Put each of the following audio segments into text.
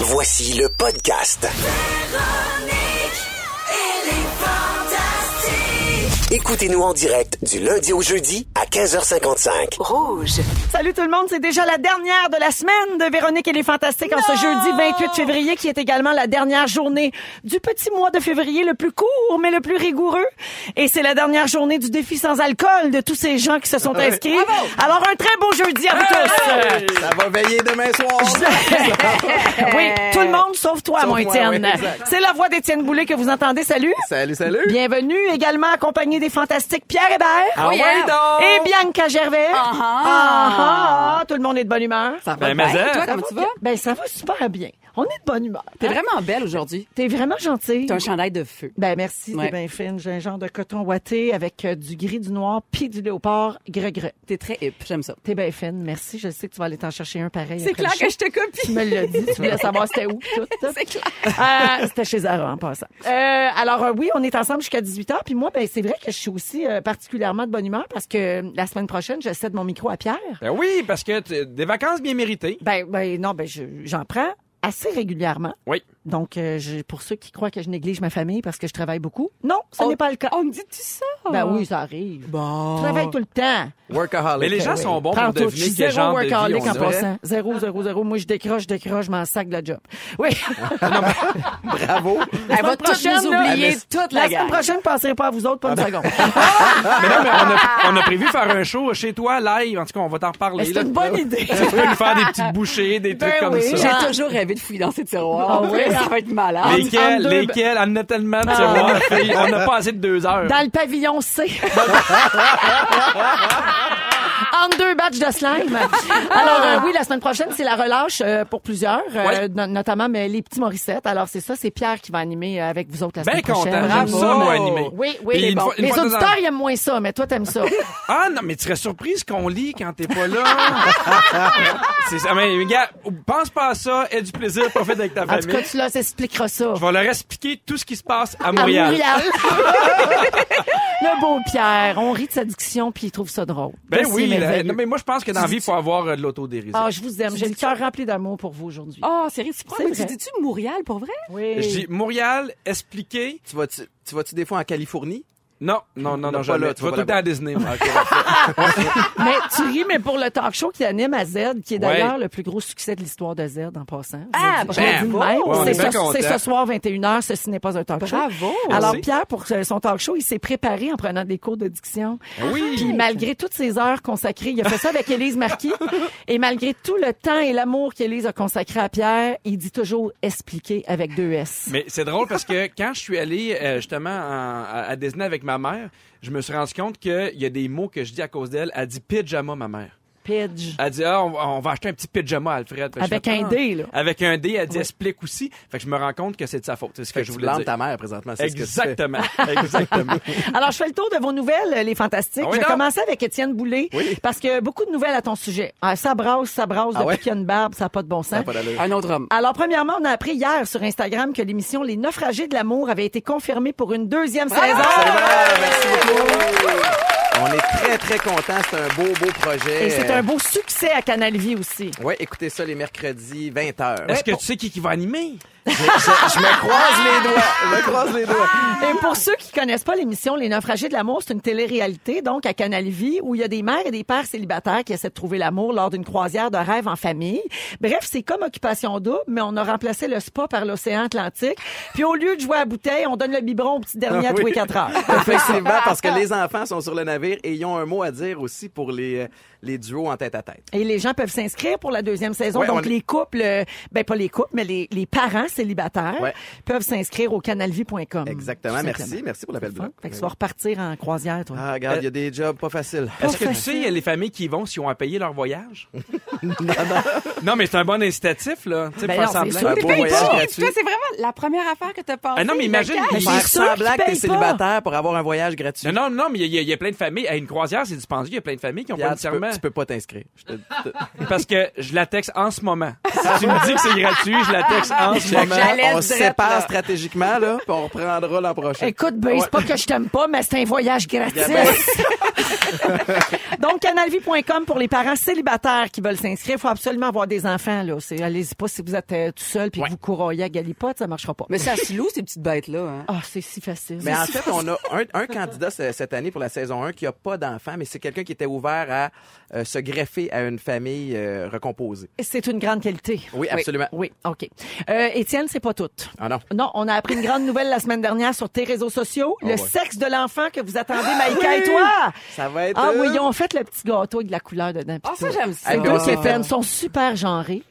Voici le podcast. Écoutez-nous en direct du lundi au jeudi à 15h55. Salut tout le monde, c'est déjà la dernière de la semaine de Véronique et les Fantastiques en ce jeudi 28 février qui est également la dernière journée du petit mois de février, le plus court mais le plus rigoureux. Et c'est la dernière journée du défi sans alcool de tous ces gens qui se sont inscrits. Alors un très beau jeudi à vous tous. Ça va veiller demain soir. oui, tout le monde sauf toi, mon moi, Étienne. oui, exact. c'est la voix d'Étienne Boulay que vous entendez. Salut. Salut, salut. Bienvenue également accompagné des fantastiques Pierre Hébert. Ah ouais, yeah. donc. Et Bianca Gervais. Ah, ah. Tout le monde est de bonne humeur. hein? Ça va Ben, bien. mais elle. Et toi, Ça comment tu vas? Ben, ça va super bien. On est de bonne humeur. T'es Hein? vraiment belle aujourd'hui. T'es vraiment gentille. Ah. T'as un chandail de feu. Ben, merci, Ouais. t'es bien fine. J'ai un genre de coton ouaté avec euh, du gris, du noir, puis du léopard, gre-gre. T'es très hip. J'aime ça. T'es bien fine, merci. Je sais que tu vas aller t'en chercher un pareil. C'est après clair le show. que je te copie. Tu me l'as dit, tu voulais savoir c'était où. pis Tout, C'est clair. Euh, c'était chez Zara en passant. Euh, alors euh, oui, on est ensemble jusqu'à 18h. Puis moi, ben, c'est vrai que je suis aussi euh, particulièrement de bonne humeur parce que euh, la semaine prochaine, je cède mon micro à Pierre. Ben oui, parce que t- des vacances bien méritées. Ben, ben non, ben je- j'en prends assez régulièrement. Oui. Donc, euh, je- pour ceux qui croient que je néglige ma famille parce que je travaille beaucoup, non, Oh. ce n'est pas le cas. On me dit tout ça. Ben oui, ça arrive. Bon. Je travaille tout le temps. Workaholic. Mais les gens Oui. sont bons Prends pour tout. Je deviner suis quel zéro genre de vie workaholic en on a. passant. Zéro, zéro, zéro. Moi, je décroche, je décroche, je m'en sac de la job. Oui. Bravo. Elle va semaine toutes nous prochaine, là. oublier, toute la semaine gang. prochaine, ne penserai pas à vous autres, pas une Ah, ben, seconde. Mais non, mais on a, on a prévu faire un show chez toi live. En tout cas, on va t'en reparler. C'est là. une bonne idée. Tu peux nous faire des petites bouchées, des Ben trucs comme oui. ça. J'ai toujours rêvé de fouiller dans ces tiroirs. Ah ouais? Ça va être malade. Mais- en Lesquels, deux, lesquels, on en a tellement de tiroirs, fille. On a passé de deux heures. Dans le pavillon C. En deux batchs de slime. Alors euh, oui, la semaine prochaine, c'est la relâche euh, pour plusieurs, euh, Ouais. no- notamment mais les petits Morissettes. Alors c'est ça, c'est Pierre qui va animer euh, avec vous autres la Ben semaine prochaine. content. J'aime ça, Bravo. moi, animer. Oui, Puis oui. une fois- une Les fois de temps en- auditeurs, ils aiment moins ça, mais toi, t'aimes ça. Ah non, mais tu serais surprise qu'on lit quand t'es pas là. C'est ça. Mais gars, pense pas à ça. Aie du plaisir, profite avec ta En tout cas, famille. tu leur expliqueras ça. Je vais leur expliquer tout ce qui se passe à À Montréal. Montréal. Le beau Pierre. On rit de sa diction, puis il trouve ça drôle. Ben Merci, oui, là. merveilleux. non, mais moi je pense que dans la vie, il faut avoir euh, de l'autodérision. Ah, je vous aime. J'ai le cœur rempli d'amour pour vous aujourd'hui. Oh, c'est Ah, réciproque. C'est Mais tu vrai. dis-tu Montréal pour vrai? Oui. Ah, Je dis Montréal, expliquer. Tu vas-tu tu vas-tu des fois en Californie? Non, non, Non, non, non, pas jamais. là, Tu vas pas tout le temps là-bas. à Disney. moi. Mais tu ris, mais pour le talk show qui anime à Z, qui est d'ailleurs Ouais. le plus gros succès de l'histoire de Z en passant. Ah, Je le dis- je le dis de même. bravo. Ouais, on C'est est bien ce- content. c'est ce soir 21h, ceci n'est pas un talk show. Bravo. Alors Merci. Pierre, pour euh, son talk show, il s'est préparé en prenant des cours de diction. Ah, Puis oui. malgré toutes ses heures consacrées, il a fait ça avec Élise Marquis. Et malgré tout le temps et l'amour qu'Élise a consacré à Pierre, il dit toujours expliquer avec deux S. Mais c'est drôle parce que quand je suis allé euh, justement en- à, à Disney avec ma mère, je me suis rendu compte qu'il y a des mots que je dis à cause d'elle. Elle dit pyjama, ma mère. Pidge. Elle dit, ah, on, va- on va acheter un petit pyjama, Alfred. Fait que je Avec fais, un Ah. D, là. Avec un D, elle dit, explique aussi. Fait que je me rends compte que c'est de sa faute. C'est ce Fait que que je tu voulais blâmes dire. ta mère présentement. c'est ce que tu fais. Exactement. Exactement. Alors, je fais le tour de vos nouvelles, euh, les fantastiques. Ah oui, je vais donc. commencer avec Étienne Boulay, parce que beaucoup de nouvelles à ton sujet. Ah, ça brasse, ça brasse Ah depuis ouais? qu'il y a une barbe, ça n'a pas de bon sens. Pas d'allure. Un autre homme. Alors, premièrement, on a appris hier sur Instagram que l'émission Les Naufragés de l'amour avait été confirmée pour une deuxième saison. Ah, merci beaucoup. On est très, très contents. C'est un beau, beau projet. Et c'est un beau succès à Canal Vie aussi. Oui, écoutez ça les mercredis 20h. Est-ce que tu sais qui, qui va animer? Je me croise les doigts. Je me croise les doigts. Et pour ceux qui connaissent pas l'émission Les Naufragés de l'amour, c'est une télé-réalité, donc à Canal Vie, où il y a des mères et des pères célibataires qui essaient de trouver l'amour lors d'une croisière de rêve en famille. Bref, c'est comme Occupation Double, mais on a remplacé le spa par l'océan Atlantique. Puis au lieu de jouer à bouteille, on donne le biberon au petit dernier Ah à tous les quatre heures. Effectivement, parce que les enfants sont sur le navire et ils ont un mot à dire aussi pour les, les duos en tête à tête. Et les gens peuvent s'inscrire pour la deuxième saison. Ouais, Donc, on est- les couples, euh, ben pas les couples, mais les, les parents célibataires Ouais. peuvent s'inscrire au canalvie.com. Exactement. Hum, Tout Merci. simplement. Merci pour l'appel C'est le fun. Bloc. Fait que Euh, tu vas repartir en croisière, toi. Ah, regarde, il y a des jobs pas faciles. Est-ce que tu sais il y a les familles qui y vont si ont à payer leur voyage? non, mais c'est un bon incitatif, là. Tu sais, Ben faire non, c'est semblant. sûr. Un les beau payes voyage pas. gratuit. Toi, c'est vraiment la première affaire que t'as pensée. Ah non, mais imagine, Le il- Je suis Faire sûre semblant qu'ils que t'es payent pas. célibataire pour avoir un voyage gratuit. Non, non, non, mais il y, a- il y a plein de familles famille. À une croisière, c'est dispendieux. Il y a plein de familles qui ont Pierre, pas tu, peux, nécessairement. tu peux pas t'inscrire. Je te- te- Parce que je la texte en ce moment. Si tu me dis que c'est gratuit, je la texte en ce moment. j'allais on direct, se sépare là. stratégiquement, là, puis on reprendra l'an prochain. Ah Écoute, ben, c'est pas que je t'aime pas, mais c'est un voyage gratis. Donc, canalvie.com pour les parents célibataires qui veulent s'inscrire. Il faut absolument avoir des enfants, là. C'est- Allez-y pas si vous êtes euh, tout seul puis que vous courroyez à Galipote, ça marchera pas. Mais ça se loue, ces petites bêtes-là. hein. Ah, c'est si facile. Mais en fait, on a un, un candidat ce- cette année pour la saison 1 qui a pas d'enfant, mais c'est quelqu'un qui était ouvert à euh, se greffer à une famille euh, recomposée. C'est une grande qualité. Oui, absolument. Oui, OK. Euh, Étienne, c'est pas tout. Ah non. Non, on a appris une grande nouvelle la semaine dernière sur tes réseaux sociaux. Ah le sexe de l'enfant que vous attendez, Maïka et toi. Ça va être, Ah euh, oui, ils ont fait le petit gâteau avec de la couleur dedans. pis Ah, ça, tout. j'aime ça. Les Ah. deux Stéphane sont super genrés.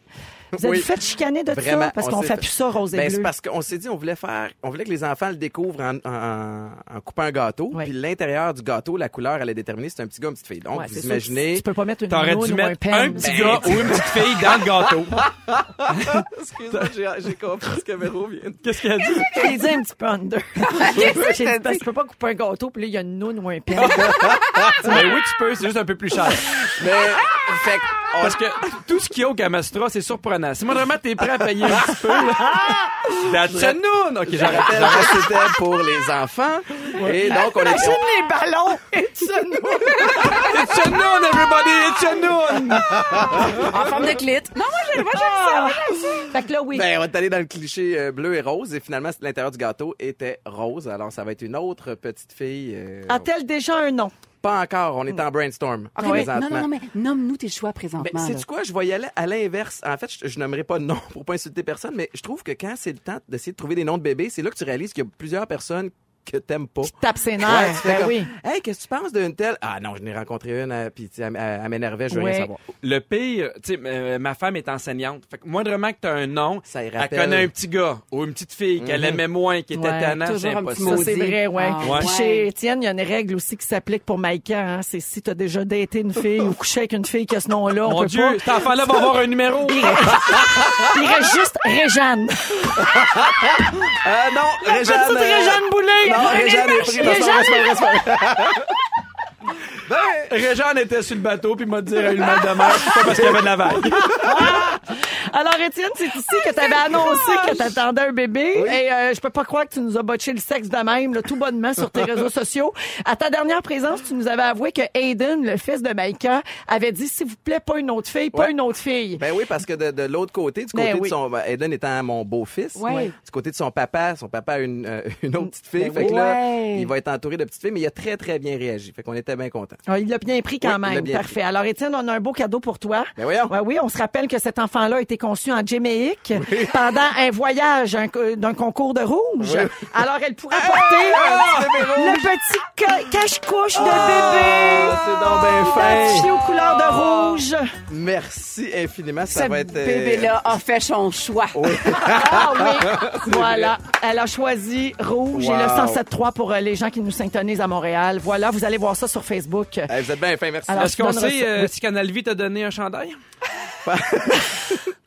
Vous êtes Oui. fait chicaner de ça parce on qu'on s'est fait plus ça rose et Ben, bleu. c'est parce qu'on s'est dit on voulait faire, on voulait que les enfants le découvrent en, en- en coupant un gâteau, Ouais. puis l'intérieur du gâteau, la couleur allait déterminer si c'est un petit gars ou une petite fille. Donc Ouais, c'est vous sûr que imaginez, Tu peux pas mettre une T'aurais nounoune dû ou un mettre un pen. petit gars ou une petite fille dans le gâteau. excuse-moi, j'ai- j'ai compris ce que Véro vient de Qu'est-ce qu'elle dit? J'ai dit un petit peu under. J'ai dit, parce que tu peux pas couper un gâteau puis là il y a une noun ou un pen. Ben oui, tu peux, c'est juste un peu plus cher. Mais, fait que, on- Parce que tout ce qu'il y a au Gamastra, c'est surprenant. Si moi, vraiment, t'es prêt à payer un petit peu, là. That's a noon! OK, je j'arrête. rappelle que c'était pour les enfants. Et donc, on est... les ballons. It's a noon, everybody! It's a noon! En forme de clit. Non, moi, j'aime moi, j'aime ça. Fait que là oui. Ah! Ben, on est allé dans le cliché euh, bleu et rose, et finalement, l'intérieur du gâteau était rose. Alors, ça va être une autre petite fille. euh, A-t-elle déjà un nom? Pas encore, on est en brainstorm Ok, mais- présentement. non, non, non, mais nomme-nous tes choix présentement. Mais là. c'est Ben, quoi, je vais y aller à l'inverse. En fait, je, je nommerai pas de nom pour pas insulter personne, mais je trouve que quand c'est le temps d'essayer de trouver des noms de bébés, c'est là que tu réalises qu'il y a plusieurs personnes que t'aimes pas. Tape ses Ouais, tu nerfs. fais Ben comme, oui. Hey, qu'est-ce que tu penses d'une telle? Ah non, je n'ai rencontré une, euh, puis tu sais, elle, elle- elle m'énervait, je veux Ouais. rien savoir. Le pire, tu sais, euh, ma femme est enseignante. Fait que moindrement que t'as un nom, Ça y elle rappelle. connaît un petit gars ou une petite fille qu'elle aimait moins, qui était Ouais, tannante, c'est toujours un petit impossible. Ça, c'est Maudit. vrai, ouais. Ah, Ouais. Puis Chez Étienne, il y a une règle aussi qui s'applique pour Maïka. Hein. C'est si tu as déjà daté une fille ou couché avec une fille qui a ce nom-là, on Mon peut Dieu, pas. cet enfant-là va avoir un numéro! Il reste juste Réjeanne. Ah non, Réjeanne! Petite euh, Réjeanne Boulay. Non, Réjeanne est prise. Non, c'est pas vrai, c'est pas vrai, c'est pas vrai. Réjean était sur le bateau, puis il m'a dit elle a eu le mal de mer, c'est pas parce qu'il y avait de la vague. Alors, Étienne, c'est ici que tu avais Oh, annoncé que tu attendais un bébé. Et euh, je peux pas croire que tu nous as botché le sexe de même, là, tout bonnement, sur tes réseaux sociaux. À ta dernière présence, tu nous avais avoué que Aiden, le fils de Maïka, avait dit, s'il vous plaît, pas une autre fille, pas Ouais. une autre fille. Ben oui, parce que de, de l'autre côté, du côté Ben de oui. son... Eden étant mon beau-fils, Ouais. du côté de son papa, son papa a une, euh, une autre petite fille. Ben fait que là, ouais. il va être entouré de petites filles, mais il a très, très bien réagi. Fait qu'on était bien contents. Ah, il l'a bien pris quand Oui, il l'a même. bien Parfait. Alors, Étienne, on a un beau cadeau pour toi. Ben voyons. Ouais, oui, on se rappelle que cet enfant-là a été conçu en Jamaïque pendant un voyage un co- d'un concours de rouge. Alors, elle pourrait porter ah, le bébé le rouge. petit ca- cache-couche de bébé. Ah, c'est donc ben fin. Identifié aux couleurs de rouge. Merci infiniment. Ça Ce va être. euh, Oh, bébé-là a fait son choix. Ah oui, voilà. Elle a choisi rouge et le Wow. 107.3 pour euh, les gens qui nous syntonisent à Montréal. Voilà, vous allez voir ça sur Facebook. eh, vous êtes bien fin, merci. Alors, Est-ce qu'on tu donneras sait ça. euh, si Canal Vie t'a donné un chandail?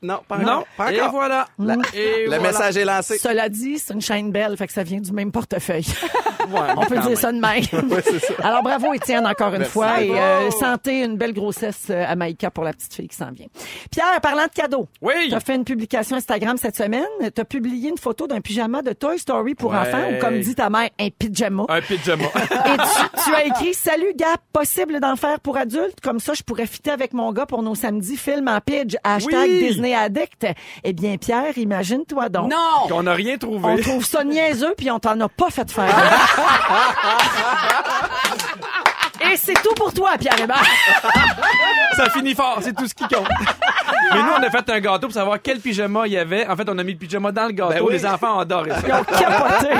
non, pas Non? encore. Pas Et encore. voilà! Et Le voilà. message est lancé. Cela dit, c'est une chaîne belle, fait que ça vient du même portefeuille. Ouais, On peut quand dire même. ça de même. Alors bravo Étienne encore une Merci. fois et Bravo. euh, santé, une belle grossesse euh, à Maïka pour la petite fille qui s'en vient. Pierre, parlant de cadeaux, Oui. tu as fait une publication Instagram cette semaine, tu as publié une photo d'un pyjama de Toy Story pour Ouais. enfants ou comme dit ta mère, un pyjama. Un pyjama. Et tu, tu as écrit Salut Gap, possible d'en faire pour adultes, comme ça je pourrais fitter avec mon gars pour nos samedis films en pidge, hashtag Oui. Disney Addict. Eh bien Pierre, imagine-toi donc. Non! On n'a rien trouvé. On trouve ça niaiseux, puis on t'en a pas fait faire. Et c'est tout pour toi, Pierre Hébert. Ça finit fort, c'est tout ce qui compte. Mais nous, on a fait un gâteau pour savoir quel pyjama il y avait. En fait, on a mis le pyjama dans le gâteau. Ben oui. Les enfants ont adoré Ils ça. ont capoté.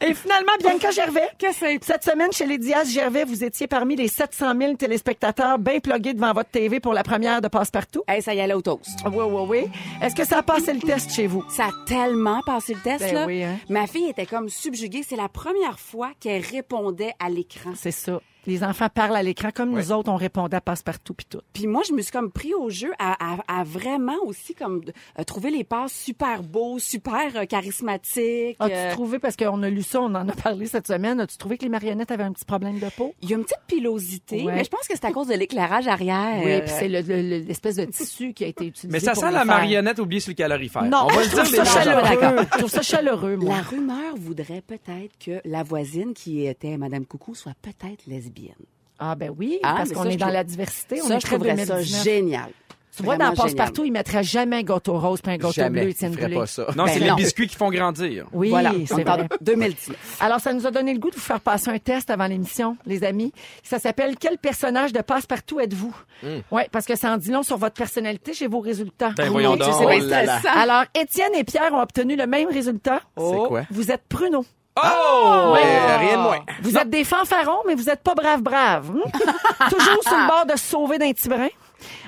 Et finalement, Bianca Gervais. Qu'est-ce que c'est? Cette semaine, chez les Diaz Gervais, vous étiez parmi les 700 000 téléspectateurs bien plugués devant votre TV pour la première de Passe-Partout. Hey, ça y allait au toast. Ah, Oui, oui, oui. Est-ce que ça a passé le test chez vous? Ça a tellement passé le test, Ben là. oui, hein. Ma fille était comme subjuguée. C'est la première fois qu'elle répondait à l'écran. C'est ça. Les enfants parlent à l'écran comme Ouais. nous autres, on répondait à passe-partout puis tout. Puis moi, je me suis comme pris au jeu à, à- à vraiment aussi comme euh, trouver les passes super beaux, super euh, charismatiques. As-tu euh, trouvé, parce qu'on a lu ça, on en a parlé cette semaine, as-tu trouvé que les marionnettes avaient un petit problème de peau? Il y a une petite pilosité, Ouais. mais je pense que c'est à cause de l'éclairage arrière. Oui, puis c'est le- le- le- l'espèce de tissu qui a été utilisé. Mais ça pour sent le la faire. marionnette oubliée sur le calorifère. Non, on va je le trouve dire les ça gens. chaleureux. je trouve ça chaleureux, moi. La rumeur voudrait peut-être que la voisine qui était Madame Coucou soit peut-être lesbienne. Ah ben oui, Ah, parce mais qu'on ça, est je dans trouve- la diversité. on ça, est je très trouverais 2019. ça génial. Tu vois, dans Vraiment Passe-Partout, il mettrait jamais un gâteau rose puis un gâteau Jamais. bleu, Il Étienne ferait Boulay. pas ça. Non, c'est Ben les non. biscuits qui font grandir. Oui, voilà, c'est on parle vrai. de 2019. Alors, ça nous a donné le goût de vous faire passer un test avant l'émission, les amis. Ça s'appelle Quel personnage de passe-partout êtes-vous? Oui, parce que ça en dit long sur votre personnalité chez vos résultats. Hmm. Ben, voyons donc. C'est bien Oh là là. stressant. Alors, Étienne et Pierre ont obtenu le même résultat. C'est quoi? Vous êtes pruneaux. Oh! Mais euh, rien de moins. Vous êtes des fanfarons, mais vous n'êtes pas brave-brave. hein? Toujours sur le bord de se sauver d'un petit brin.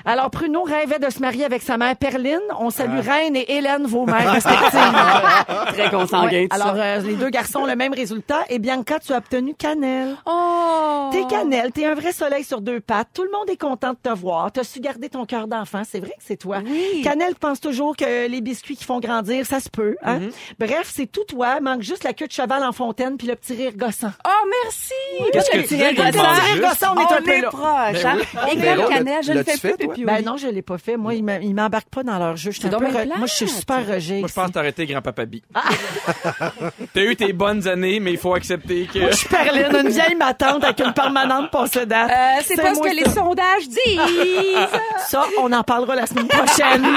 Alors, Pruneau rêvait de se marier avec sa mère Perline. On salue Reine et Hélène, vos mères respectives. Très consanguin, Ouais. tout ça. Alors, euh, les deux garçons ont le même résultat. Et Bianca, tu as obtenu Cannelle. Oh! T'es cannelle, t'es un vrai soleil sur deux pattes. Tout le monde est content de te voir. T'as su garder ton cœur d'enfant. C'est vrai que c'est toi. Oui. Cannelle pense toujours que les biscuits qui font grandir, ça se peut. Hein? Mm-hmm. Bref, c'est tout toi. Manque juste la queue de cheval en fontaine puis le petit rire gossant. Oh, merci! Qu'est-ce que Le tu petit viens de rire dire? gossant. Juste- Ben gossant, on est un peu là. proche. hein? Et Mais comme l'autre, Canel, je ne l'as-tu fais fait, plus toi? pipi Ben non, je l'ai pas fait. Moi, ils me- ils m'embarquent pas dans leur jeu. Je suis C'est un peu donc bien re- plate. Moi, je suis super rejet. Moi, je ici. pense t'arrêter grand-papa Bi. Ah! T'as eu tes bonnes années, mais il faut accepter que... Moi, je suis Perline, une vieille matante avec une permanente pour se date. Euh, c'est pas ce moi, que les ça. sondages disent! Ça, on en parlera la semaine prochaine.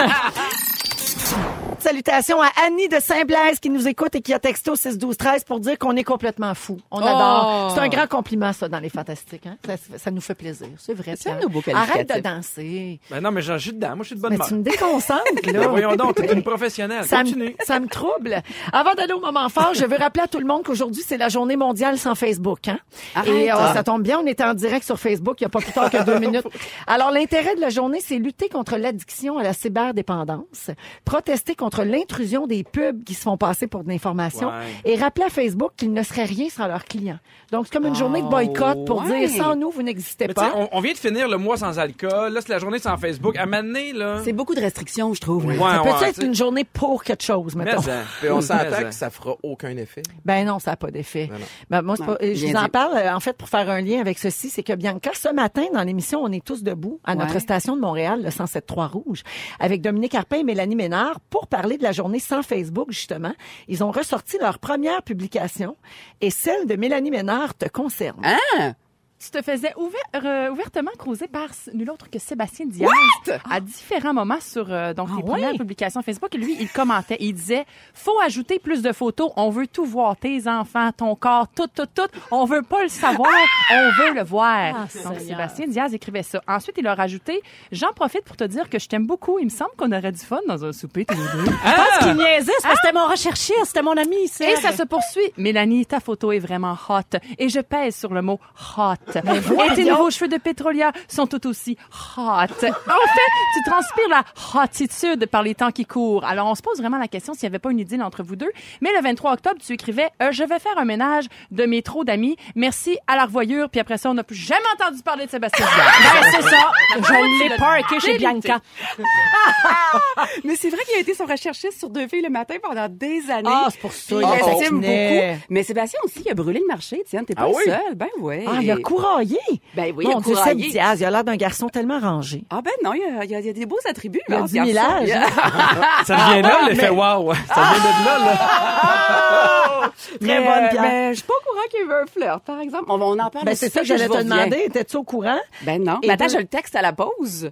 Salutations à Annie de Saint-Blaise qui nous écoute et qui a texté au 6-12-13 pour dire qu'on est complètement fou. Oh! On adore. C'est un grand compliment, ça, dans les fantastiques. Hein? Ça, ça nous fait plaisir. C'est vrai. C'est un Pierre. de nos beaux Arrête qualificatifs. de danser. Ben non, mais j'en suis dedans. Moi, je suis de bonne Mais humeur. tu me déconcentres, là. Ben voyons donc, t'es une professionnelle. Ça me, Continue. ça me trouble. Avant d'aller au moment fort, je veux rappeler à tout le monde qu'aujourd'hui, c'est la journée mondiale sans Facebook. Hein? Arrête. Et euh, Ah. ça tombe bien, on était en direct sur Facebook il n'y a pas plus tard que deux minutes. Alors, l'intérêt de la journée, c'est lutter contre l'addiction à la cyberdépendance, protester contre l'intrusion des pubs qui se font passer pour de l'information Ouais. et rappeler à Facebook qu'ils ne seraient rien sans leurs clients. Donc, c'est comme une journée de boycott pour ouais. dire « sans nous, vous n'existez Oh. Mais tu sais, pas on, on vient de finir le mois sans alcool. Là, c'est la journée sans Facebook. À m'amener, là... C'est beaucoup de restrictions, je trouve. ». Ouais, Ça peut ouais, être tu sais. une journée pour quelque chose, Mais mettons. en. Puis on Mais s'entend en. que ça fera aucun effet. Ben non, ça n'a pas d'effet. non. Ben, moi, c'est Non, pas- euh, je bien vous en dit. parle, euh, en fait, pour faire un lien avec ceci, c'est que Bianca, ce matin, dans l'émission On est tous debout, à notre Ouais. station de Montréal, le 107-3 Rouge, avec Dominique Arpin et Mélanie Ménard, pour parler de la journée sans Facebook, justement. Ils ont ressorti leur première publication et celle de Mélanie Ménard te concerne. Hein? Tu te faisais ouver- euh, ouvertement croiser par s- nul autre que Sébastien Diaz à différents moments sur euh, donc Ah les ouais? premières publications Facebook. Et Lui, il commentait, il disait "Faut ajouter plus de photos, on veut tout voir, tes enfants, ton corps, tout tout tout, on veut pas le savoir, on veut le voir." Ah, donc Sébastien Diaz écrivait ça. Ensuite, il a rajouté "J'en profite pour te dire que je t'aime beaucoup, il me semble qu'on aurait du fun dans un souper tous les deux." Ah! c'était mon recherché, c'était mon ami, Eh! Et ça se poursuit. Mélanie, ta photo est vraiment hot. Et je pèse sur le mot hot. Et tes nouveaux cheveux de pétrolia sont tout aussi hot. En fait, tu transpires la hotitude par les temps qui courent. Alors, on se pose vraiment la question s'il n'y avait pas une idylle entre vous deux. Mais le 23 octobre, tu écrivais Euh, Je vais faire un ménage de mes trop d'amis. Merci à la revoyure. Puis après ça, on n'a plus jamais entendu parler de Sébastien Diaz. Ben, c'est ça. Je l'ai parké chez Bianca. Mais c'est vrai qu'il a été son recherchiste sur deux filles le matin pendant des années. Ah, c'est pour Puis ça, il Il l'estime patinait. beaucoup. Mais Sébastien aussi, il a brûlé le marché, tiens, t'es pas Ah le oui? seul. Ben oui. Ah, il a couraillé! Ben oui, il a Mon Dieu, Seb couraillé. Diaz, ah, il a l'air d'un garçon tellement rangé. Ah ben non, il y a, il y a- il y a des beaux attributs. Il a hein, du ce garçon. millage, hein? Ça vient là, l'effet wow. Ça vient de là, là. Très Mais, bonne euh, Pierre. mais je suis pas au courant qu'il veut un flirt, par exemple. On, va- on en parle. Ben, de c'est Ah, ça ça que j'allais je vous te reviens. demander. T'es-tu au courant? Ben non. Et Mais attends, de- je le texte à la pause.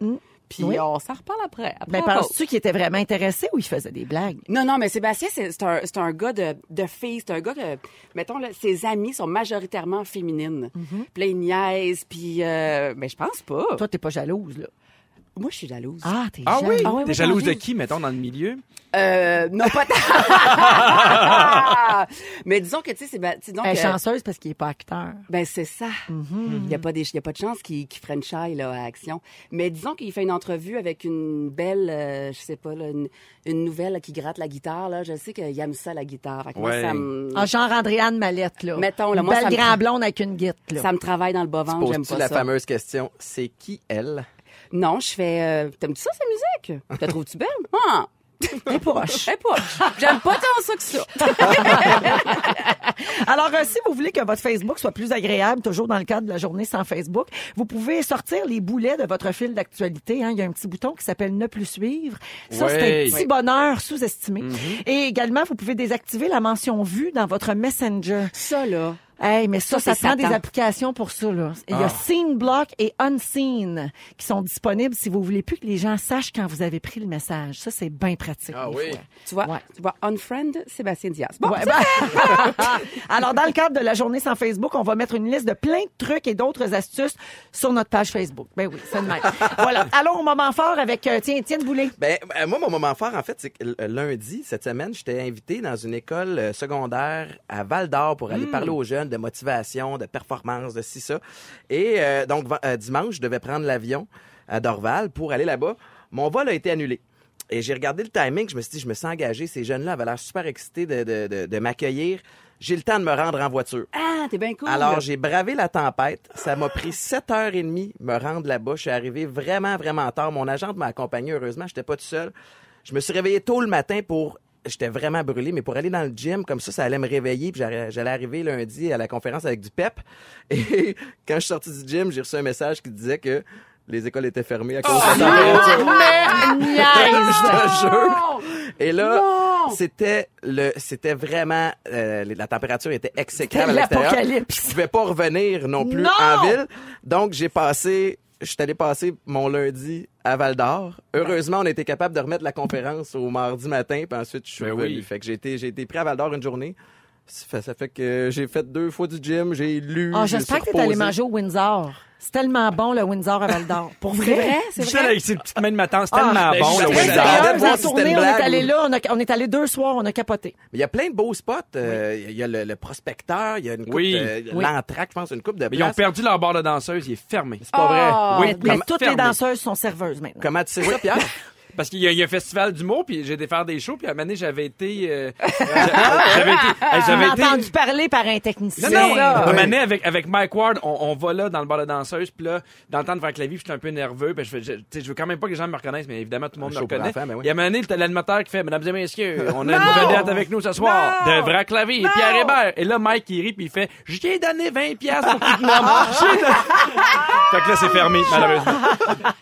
Puis Oui. on s'en reparle après. après Ben, la pause. penses-tu qu'il était vraiment intéressé ou il faisait des blagues? Non, non, mais Sébastien, c'est c'est un, c'est un gars de, de filles. C'est un gars que, mettons, là, ses amies sont majoritairement Mm-hmm. féminines. Puis là, il niaise, puis... euh, mais je pense pas. Toi, t'es pas jalouse, là. Moi, je suis jalouse. Ah, t'es Ah oui? jeune. Ah ouais, ouais, T'es jalouse j'en de ai. qui, mettons, dans le milieu? Euh, non, pas tant. Mais disons que, tu sais, c'est... ben, tu sais, donc, Elle est euh, chanceuse Mm-hmm. parce qu'il est pas acteur. Ben c'est ça. Il y a pas des, il y a pas de chance qu'il qu'il freine shy là à Action. Mais disons qu'il fait une entrevue avec une belle, euh, je sais pas, là, une, une nouvelle là, qui gratte la guitare là. Je sais qu'il aime ça la guitare. Fait que moi, Ouais. ça me, En Ah, genre Andréane Mallette, là. Mettons, là, Une moi, belle ça me- grand blonde avec une guite, là. ça me travaille dans le bas ventre. J'aime Poses-tu pas la ça. fameuse question, c'est qui elle? Non, je fais. euh, T'aimes-tu ça sa musique Te trouves-tu belle Ah. T'es poche. T'es poche. J'aime pas tant ça que ça. Alors, euh, si vous voulez que votre Facebook soit plus agréable, toujours dans le cadre de la journée sans Facebook, vous pouvez sortir les boulets de votre fil d'actualité. hein. Il y a un petit bouton qui s'appelle Ne plus suivre. Ça, Ouais. c'est un petit Ouais. Mhm. bonheur sous-estimé. Et également, vous pouvez désactiver la mention vue dans votre Messenger. Ça là. Hey, mais ça, Ça, ça, c'est prend Satan. des applications pour ça. Là. Il y Ah. a Scene Block et Unseen qui sont disponibles si vous voulez plus que les gens sachent quand vous avez pris le message. Ça, c'est bien pratique. Ah des oui. fois. Tu vois, Ouais. tu vois, unfriend Sébastien Diaz. Bon, Ouais, ben- Alors, dans le cadre de la journée sans Facebook, on va mettre une liste de plein de trucs et d'autres astuces sur notre page Facebook. Ben oui, c'est le même. voilà. Allons au moment fort avec, euh, tiens, Étienne Boulay. Ben, euh, moi, mon moment fort, en fait, c'est que l- euh, lundi, cette semaine, j'étais invité dans une école euh, secondaire à Val d'Or pour aller parler aux jeunes de motivation, de performance, de ci, ça. Et euh, donc, va- euh, dimanche, je devais prendre l'avion à Dorval pour aller là-bas. Mon vol a été annulé. Et j'ai regardé le timing, je me suis dit, je me suis engagé, ces jeunes-là avaient l'air super excités de, de- de- de m'accueillir. J'ai le temps de me rendre en voiture. ah, t'es bien cool. Alors, j'ai bravé la tempête. Ça m'a pris 7h30 me rendre là-bas. Je suis arrivé vraiment, vraiment tard. Mon agente m'a accompagné, heureusement. J'étais pas tout seul. Je me suis réveillé tôt le matin pour... J'étais vraiment brûlé, mais pour aller dans le gym, comme ça, ça allait me réveiller. Puis j'arri- j'allais arriver lundi à la conférence avec du PEP. Et quand je suis sorti du gym, j'ai reçu un message qui disait que les écoles étaient fermées à cause de la température. Je te jure. Et là, c'était le, c'était vraiment, euh, la température était exécrable à l'extérieur. l'apocalypse. Je pouvais pas revenir non plus Non! en ville. Donc, j'ai passé, je suis allé passer mon lundi à Val d'Or. Heureusement, on a été capable de remettre la conférence au mardi matin, puis ensuite, je suis Ben revenu. oui. Fait que j'ai été, j'ai été pris à Val d'Or une journée. Ça fait, ça fait que j'ai fait deux fois du gym, j'ai lu. Ah, je me suis j'espère que t'es allé reposé. manger au Windsor. C'est tellement bon, le Windsor à Val d'Or. Pour vrai? C'est vrai, c'est Michel, vrai. avec ses petites mains de matin, Ah, c'est tellement ben, bon, je le suis Très Windsor. Wizard. sérieuse, la C'était une tournée, on est blague. allé là, on, a- on est allé deux soirs, on a capoté. Mais il y a plein de beaux spots. Euh, Il y a le, le prospecteur, il y a une coupe Oui. de- Oui. l'entraque, je pense, une coupe de Mais ils ont places. perdu leur bar de danseuse, il est fermé. C'est pas vrai. Ah, Oui, mais mais comme- toutes les fermé. danseuses sont serveuses maintenant. Comment tu sais ça, Pierre? Parce qu'il y, a- il y a un festival d'humour, puis j'ai été faire des shows, puis à un moment donné, j'avais été... euh, j'a- j'avais été... euh, On J'avais a été... entendu parler par un Non, technicien. non, là. à un Oui. moment donné, avec, avec Mike Ward, on, on va là dans le bar de danseuse, puis là, dans le temps de faire clavier, puis j'étais un peu nerveux, puis je, fais- je, tu sais, je veux quand même pas que les gens me reconnaissent, mais évidemment, tout le monde Un me show pour reconnaît. enfants, ben oui. Il y a un moment donné, t'as l'animateur qui fait « Mesdames et messieurs, on a une nouvelle date avec nous ce soir, Non! de vrai clavier, Non! Pierre Hébert. » Et là, Mike, il rit, puis il fait « Je t'ai donné 20 piastres pour qu'il te nomme. J'ai donné- Fait que là, c'est fermé, malheureusement.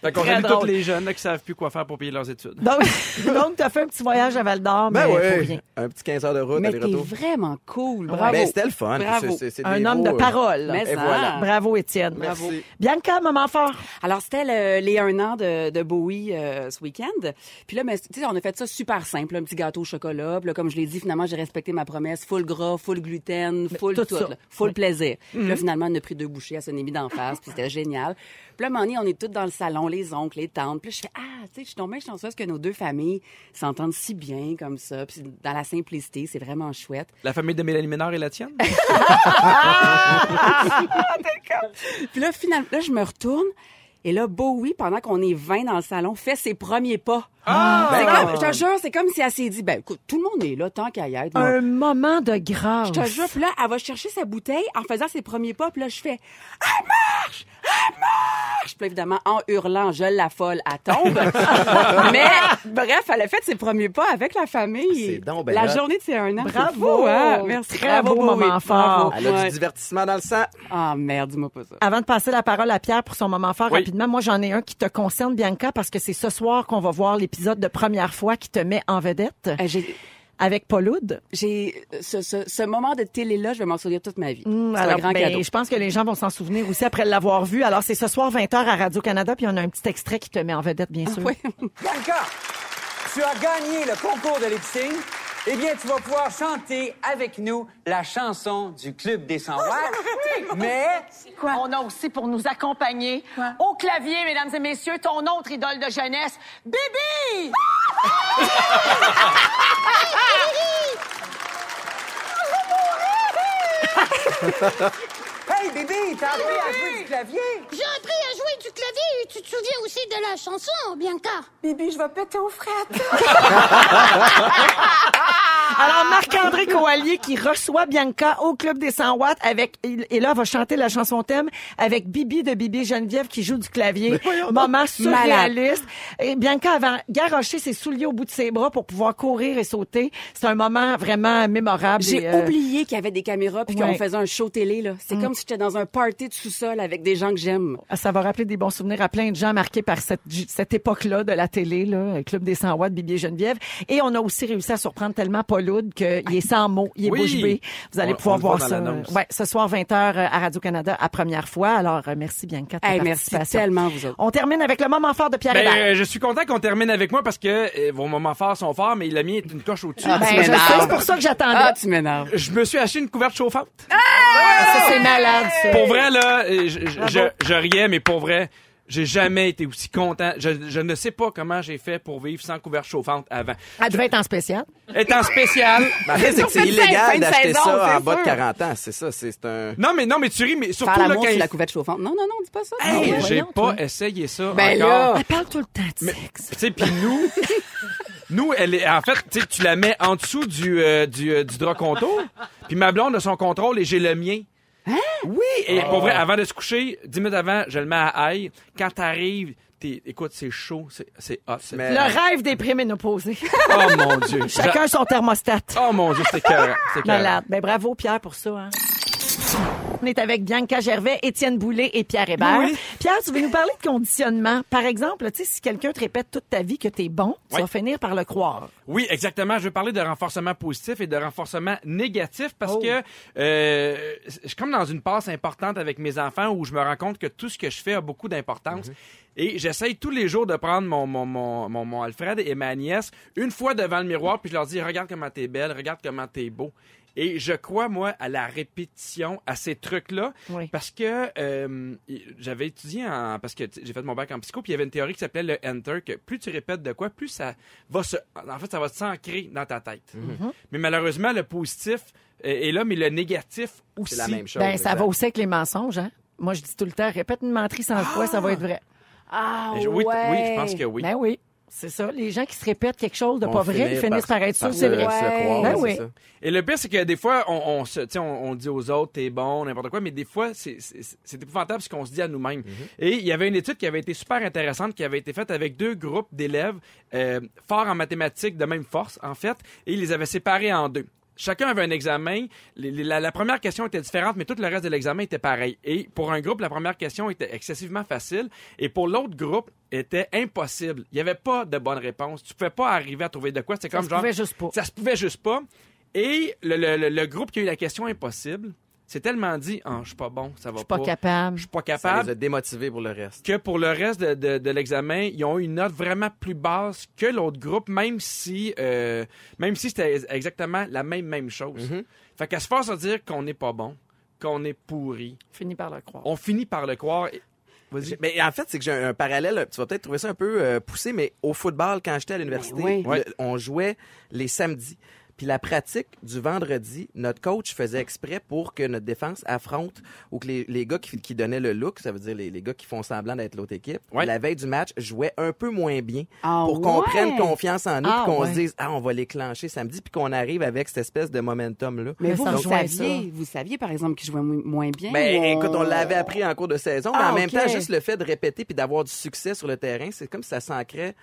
Fait qu'on Très réunit drôle. tous les jeunes là, qui savent plus quoi faire pour payer leurs études. Donc, donc t'as fait un petit voyage à Val d'Or, mais Ben pour oui. rien. Un petit 15 heures de route, Mais t'es aller-retour. vraiment cool. Bravo. Ben, c'était le fun. Bravo. C'est- c'est- c'est Un des homme de beaux, euh, parole. Mais Et ça. voilà. Bravo, Étienne. Merci. Bravo. Bianca, moment fort. Alors, c'était le- les un an de, de Bowie euh, ce week-end. Puis là, ben, tu sais, on a fait ça super simple, un petit gâteau au chocolat. Puis là, comme je l'ai dit, finalement, j'ai respecté ma promesse. Full gras, full gluten, full tout tout, ça. Mm-hmm. là. full plaisir. Puis là, finalement, on a pris deux bouchées, elle s'en est mise d'en face, puis c'était génial. Puis là, à un moment donné, on est toutes dans le salon, les oncles, les tantes. Puis là, je fais, ah, tu sais, je suis tombée chanceuse que nos deux familles s'entendent si bien comme ça. Puis dans la simplicité, c'est vraiment chouette. La famille de Mélanie Ménard et la tienne? Puis là, finalement, là, je me retourne. Et là, Bowie, pendant qu'on est 20 dans le salon, fait ses premiers pas. Ah! C'est Ben comme- je te jure, c'est comme si elle s'est dit, ben, écoute, tout le monde est là, tant qu'à y être. Euh, Un moment de grâce. Je te jure, puis là, elle va chercher sa bouteille en faisant ses premiers pas, puis là, je fais, elle marche! Elle marche! Puis là, évidemment, en hurlant, je l'affole, elle tombe. Mais, bref, elle a fait ses premiers pas avec la famille. C'est donc ben La hot. journée de ses un an. c'est Bravo! fou, hein? Merci. Très Bravo, beau Bowie. moment fort. Bravo. Elle a Ouais. du divertissement dans le sang. Ah, merde, dis-moi pas ça. Avant de passer la parole à Pierre pour son moment fort Oui. rapidement, moi j'en ai un qui te concerne, Bianca, parce que c'est ce soir qu'on va voir l'épisode de première fois qui te met en vedette Euh, j'ai- avec Pauloud. j'ai euh, ce, ce, ce moment de télé là, je vais m'en souvenir toute ma vie. Mmh, c'est alors, un grand ben, cadeau. Je pense que les gens vont s'en souvenir aussi après l'avoir vu. Alors, c'est ce soir 20h à Radio-Canada, puis on a un petit extrait qui te met en vedette, bien sûr. Oui. Bianca, tu as gagné le concours de lip sync Eh bien, tu vas pouvoir chanter avec nous la chanson du Club des 100 watts. Mais On a aussi pour nous accompagner au clavier, mesdames et messieurs, ton autre idole de jeunesse, Bibi! Ah! Hey, bébé, t'as appris à jouer du clavier? J'ai appris à jouer du clavier et tu te souviens aussi de la chanson, Bianca. Alors, Marc-André Coallier qui reçoit Bianca au Club des 100 watts avec, et là, va chanter la chanson thème avec Bibi de Bibi Geneviève qui joue du clavier. Moment surréaliste. Et Bianca avait garoché ses souliers au bout de ses bras pour pouvoir courir et sauter. C'est un moment vraiment mémorable. J'ai et, euh, oublié qu'il y avait des caméras puis ouais. qu'on faisait un show télé. là. C'est comme si j'étais dans un party de sous-sol avec des gens que j'aime. Ah, Ça va rappeler des bons souvenirs à plein de gens marqués par cette, cette époque-là de la télé, là, euh, Club des 100 watts, Bibi et Geneviève. Et on a aussi réussi à surprendre tellement Pauloud qu'il est sans mots, il est Oui. bouche bée. Vous allez On- pouvoir on le voir voit dans ça. l'annonce. Ouais, ce soir, 20h à Radio-Canada, à première fois. Alors, euh, merci Bianca de ta Hey, merci participation. tellement, vous autres. On termine avec le moment fort de Pierre Ben, Hébert. euh, je suis content qu'on termine avec moi parce que euh, vos moments forts sont forts, mais la mienne est une coche au-dessus. Ah, Ben, tu je sais, m'énerves. c'est pour ça que j'attendais. Ah, tu m'énerves. Je me suis acheté une couverte chauffante. Ça, c'est malade, ça. Pour vrai, là, euh, je, Ah je, je- je riais, mais pour vrai, j'ai jamais été aussi content. Je, je ne sais pas comment j'ai fait pour vivre sans couverte chauffante avant. Elle devait être en spécial. Étant spécial. Ma raison, c'est que c'est Fin de saison, illégal d'acheter c'est ça en bas de sûr. 40 ans. C'est ça, c'est c'est un... Non, mais non, mais tu ris, mais surtout Faire là, l'amour quand sur il- la couverte chauffante. Non, non, non, dis pas ça. Hey, Non, j'ai Ah, ben voyons, toi. pas essayé ça Ben encore. là. Elle parle tout le temps de sexe. Tu sais, puis nous, nous, elle est, en fait, tu sais, tu la mets en dessous du, euh, du, euh, du drap contour, puis ma blonde a son contrôle et j'ai le mien. Hein? Oui, et pour vrai, avant de se coucher, 10 minutes avant, je le mets à aille. Quand t'arrives, t'es, écoute, c'est chaud, c'est, c'est hot. c'est- Mais- Le rêve des préménopausés. Oh mon Dieu. Chacun son thermostat. Oh mon Dieu, c'est écœurant. C'est écœurant. Malade. Ben, bravo, Pierre, pour ça. hein. On est avec Bianca Gervais, Étienne Boulay et Pierre Hébert. Ah Pierre, tu veux nous parler de conditionnement. Par exemple, tu sais, si quelqu'un te répète toute ta vie que t'es bon, tu Ouais. vas finir par le croire. Oui, exactement. Je veux parler de renforcement positif et de renforcement négatif parce que euh, je suis comme dans une passe importante avec mes enfants où je me rends compte que tout ce que je fais a beaucoup d'importance. Et j'essaye tous les jours de prendre mon, mon, mon, mon, mon Alfred et ma nièce une fois devant le miroir, puis je leur dis, regarde comment t'es belle, regarde comment t'es beau. Et je crois, moi, à la répétition, à ces trucs-là, Oui. parce que euh, j'avais étudié en... Parce que tu sais, j'ai fait mon bac en psycho, puis il y avait une théorie qui s'appelait le enter, que plus tu répètes de quoi, plus ça va se... En fait, ça va s'ancrer dans ta tête. Mhm. Mhm. Mais malheureusement, le positif est est là, mais le négatif aussi. C'est la même chose. ben, ça exact. va aussi avec les mensonges, hein. Moi, je dis tout le temps, répète une menterie sans fois, ça va être vrai. Ah, Mais je- oui, t- ouais. oui, je pense que oui. Ben oui. C'est ça. Les gens qui se répètent quelque chose de On pas vrai, ils finit finissent par, être sûrs que se- c'est vrai. se croire, Ben c'est oui. ça. Et le pire, c'est que des fois, on, on se, tu sais, on, on dit aux autres, t'es bon, n'importe quoi, mais des fois, c'est c'est- c'est épouvantable ce qu'on se dit à nous-mêmes. Mm-hmm. Et il y avait une étude qui avait été super intéressante, qui avait été faite avec deux groupes d'élèves euh, forts en mathématiques de même force, en fait, et ils les avaient séparés en deux. Chacun avait un examen. Les- les- la, la première question était différente, mais tout le reste de l'examen était pareil. Et pour un groupe, la première question était excessivement facile. Et pour l'autre groupe, était impossible. Il n'y avait pas de bonne réponse. Tu pouvais pas arriver à trouver de quoi. C'était Ça comme se genre. pouvait juste pas. Ça se pouvait juste pas. Et le, le- le- le groupe qui a eu la question impossible s'est tellement dit Ah, Je suis pas bon, ça Oh. va Je suis pas capable. Je suis pas Ça les a capable. démotivés pour le reste. Que pour le reste de, de- de l'examen, ils ont eu une note vraiment plus basse que l'autre groupe, même si, euh, même si c'était exactement la même, même chose. Fait qu'à se faire se dire qu'on n'est pas bon, qu'on est pourri, Finis par le croire. on finit par le croire. Et- Vas-y. J'ai- Mais en fait, c'est que j'ai un, un parallèle, tu vas peut-être trouver ça un peu euh, poussé, mais au football, quand j'étais à l'université, Oui. le- on jouait les samedis. Puis la pratique du vendredi, notre coach faisait exprès pour que notre défense affronte ou que les, les gars qui, qui donnaient le look, ça veut dire les, les gars qui font semblant d'être l'autre équipe, Ouais. la veille du match, jouaient un peu moins bien Ah pour qu'on ouais? prenne confiance en nous, Ah puis qu'on ouais. se dise, ah, on va les clencher samedi, puis qu'on arrive avec cette espèce de momentum-là. Mais vous, Ça vous rejoint saviez, vous saviez, par exemple, qu'il jouait mo- moins bien. Ben, ou écoute, on l'avait appris en cours de saison, mais Ah, en même ok. temps, juste le fait de répéter puis d'avoir du succès sur le terrain, c'est comme si ça s'ancrait